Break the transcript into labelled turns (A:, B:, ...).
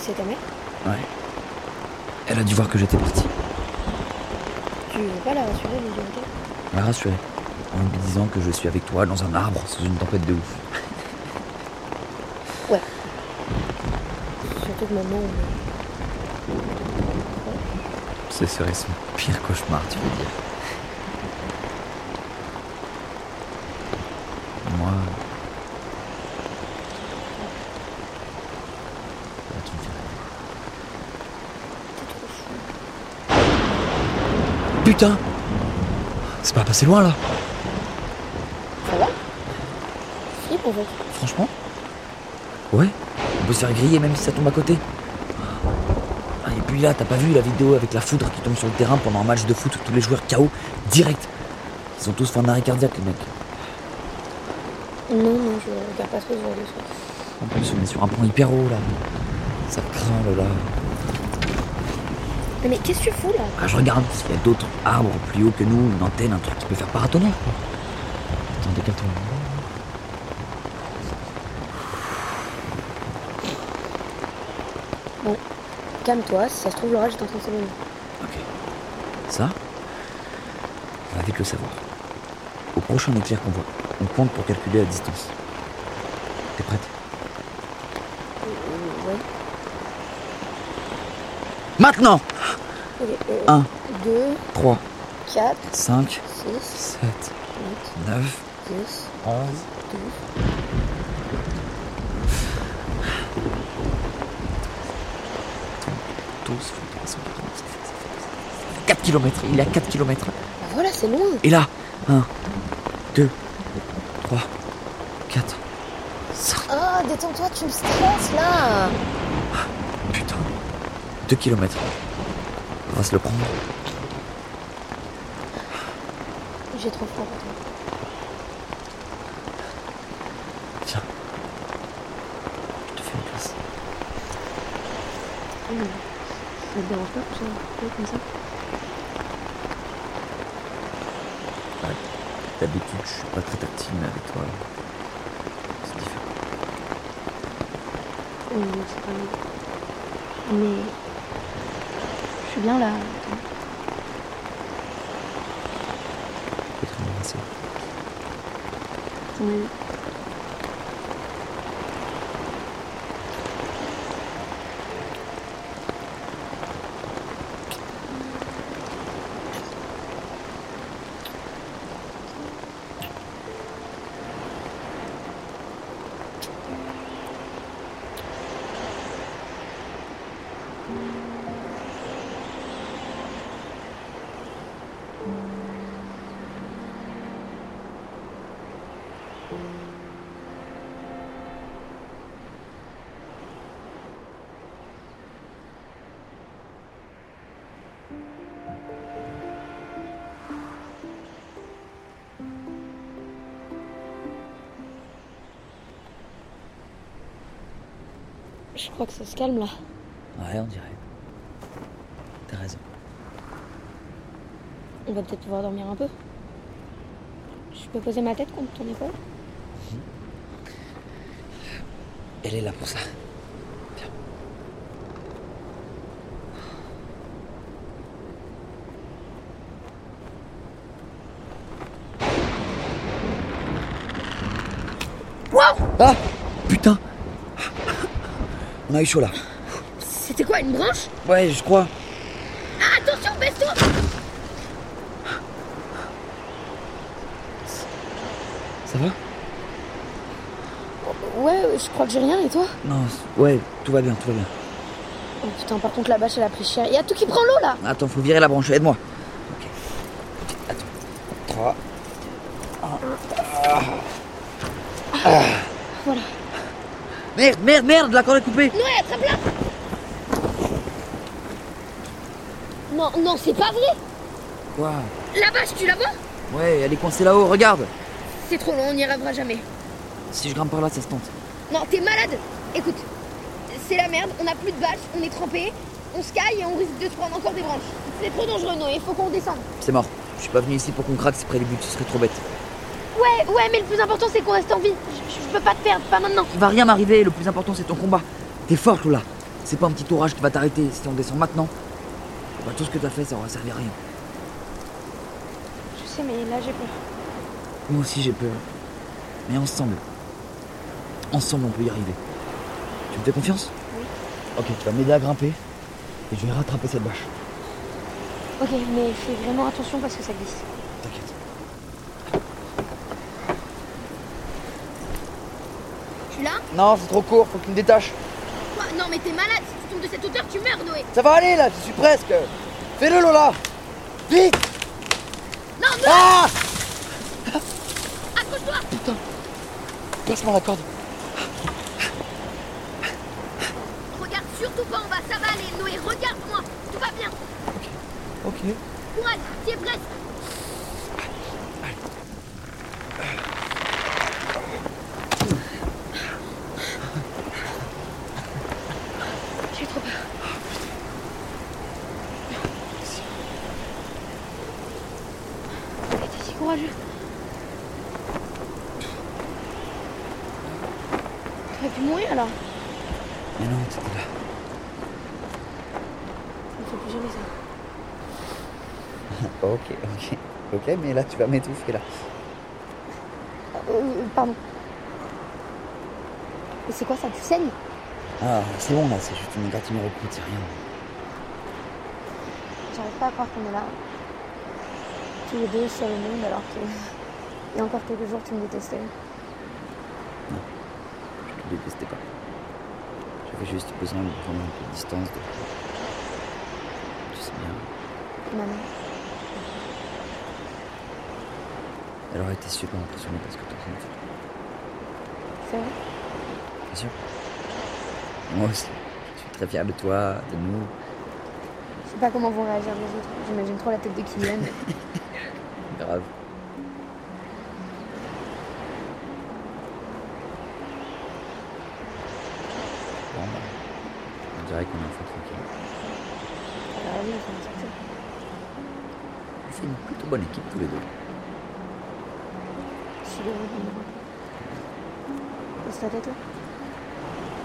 A: C'est ta mère
B: Ouais. Elle a dû voir que j'étais parti.
A: Tu veux pas la rassurer, les vérité
B: Elle m'a rassuré. En lui disant que je suis avec toi dans un arbre sous une tempête de ouf.
A: Ouais. Surtout que maintenant, on
B: Ce serait son pire cauchemar, tu veux dire. Moi. Là, tu me fais rêver.
A: est trop fou.
B: Putain C'est pas passé loin là
A: Ça va Si, en fait.
B: Franchement Ouais, on peut se faire griller même si ça tombe à côté. Ah, Et puis là, t'as pas vu la vidéo avec la foudre qui tombe sur le terrain pendant un match de foot, tous les joueurs KO, direct. Ils ont tous fait un arrêt cardiaque, les mecs.
A: Non, non, je regarde pas trop ce genre de choses.
B: En plus, on est sur un pont hyper haut là. Ça craint là. là.
A: Mais qu'est-ce que tu fous là
B: Ah, je regarde s'il y a d'autres arbres plus haut que nous, une antenne, un truc qui peut faire paratonnerre. quoi. Attends, décale-toi.
A: Bon, calme-toi, si ça se trouve, l'orage est en train de s'éloigner.
B: Ok. Ça, on va vite le savoir. Au prochain éclair qu'on voit, on compte pour calculer la distance. T'es prête
A: Euh, Ouais.
B: Maintenant
A: Ok, euh,
B: 1,
A: 2,
B: 3,
A: 4,
B: 5,
A: 6,
B: 7,
A: 8,
B: 9,
A: 10,
B: 11.
A: 12.
B: Tous, 4 km, il est à 4 km.
A: Bah voilà, c'est loin.
B: Et là, 1, 2, 3, 4, 5.
A: Ah, détends-toi, tu me stresses là
B: Putain. 2 km. On va se le prendre.
A: J'ai trop froid pour toi.
B: Tiens. Je te fais une place.
A: Ça te dérange pas que je comme ça
B: D'habitude, je suis pas très tactile, mais avec toi, c'est différent.
A: Oui, oui, c'est pas mal. Mais. Je suis bien là. attends.
B: Peut-être m'embrasser.
A: Ton ami. Je crois que ça se calme là.
B: Ouais, on dirait. T'as raison.
A: On va peut-être pouvoir dormir un peu. Je peux poser ma tête contre ton épaule
B: Elle est là pour ça. Viens. Ah Putain On a eu chaud là.
A: C'était quoi, une branche Ah,
B: Ouais, je crois.
A: Attention, baisse-toi
B: Ça va
A: Ouais, ouais, je crois que j'ai rien et toi
B: Non, c'est- ouais, tout va bien, tout va bien.
A: Oh putain, par contre la bâche elle a pris cher. Y'a tout qui prend l'eau là
B: Attends, faut virer la branche, aide-moi. Ok. Attends. 3.
A: Voilà.
B: Ah. Merde, merde, merde, la corde est coupée
A: Ouais, attrape-la Non, non, c'est pas vrai
B: Quoi
A: La bâche, tu la vois
B: Ouais, elle est coincée là-haut, regarde
A: C'est trop long, on n'y arrivera jamais.
B: Si je grimpe par là, ça se tente.
A: Non, t'es malade Écoute, c'est la merde, on n'a plus de bâche, on est trempé, on se caille et on risque de se prendre encore des branches. C'est trop dangereux, Noé, il faut qu'on descende.
B: C'est mort. Je suis pas venu ici pour qu'on craque, c'est près du but, ce serait trop bête.
A: Ouais, ouais, mais le plus important c'est qu'on reste en vie. Je, je- je peux pas te perdre, pas maintenant.
B: Il va rien m'arriver, le plus important c'est ton combat. T'es fort, Lola. C'est pas un petit orage qui va t'arrêter. Si on descend maintenant, bah, tout ce que t'as fait, ça aura servi à rien.
A: Je sais, mais là j'ai peur.
B: Moi aussi, j'ai peur. Mais ensemble, ensemble, on peut y arriver. Tu me fais confiance
A: Oui.
B: Ok, tu vas m'aider à grimper et je vais rattraper cette bâche.
A: Ok, mais fais vraiment attention parce que ça glisse.
B: T'inquiète.
A: Tu l'as
B: Non, c'est trop court, faut que tu me détaches.
A: Quoi Non, mais t'es malade. Si tu tombes de cette hauteur, tu meurs, Noé.
B: Ça va aller là, je suis presque. Fais-le Lola Vite
A: Non, Noé,
B: Ah
A: accroche-toi.
B: Passe-moi la corde.
A: Regarde surtout pas en bas, ça va aller, Noé. Regarde-moi, tout va bien.
B: Ok.
A: Courage, t'y es presque. J'ai trop peur. Mais T'es si courageux. T'aurais pu mourir alors.
B: Mais non, t'étais là.
A: Il ne faut plus jamais ça.
B: Ok, ok. Ok, mais là tu vas m'étouffer là.
A: Euh, pardon. Mais c'est quoi ça Tu saignes
B: Ah, c'est bon là, c'est juste une égratignure au coude, c'est rien.
A: J'arrive pas à croire qu'on est là. Tous les deux sur le monde alors que. Il y a encore quelques jours, tu me détestais.
B: Je te détestais pas. J'avais juste besoin de prendre un peu de distance. de- Tu sais bien,
A: Maman.
B: elle aurait été super impressionnée parce que t'as rien fait.
A: C'est vrai
B: Bien sûr. Moi aussi. Je suis très fier de toi, de nous.
A: Je sais pas comment vont réagir les autres. J'imagine trop la tête de Kylian.
B: Grave. Bon, bah, on dirait qu'on est un peu tranquille.
A: Alors, oui, enfin, c'est sûr.
B: On fait une plutôt bonne équipe tous les deux.
A: Je suis désolée. Pose ta tête là.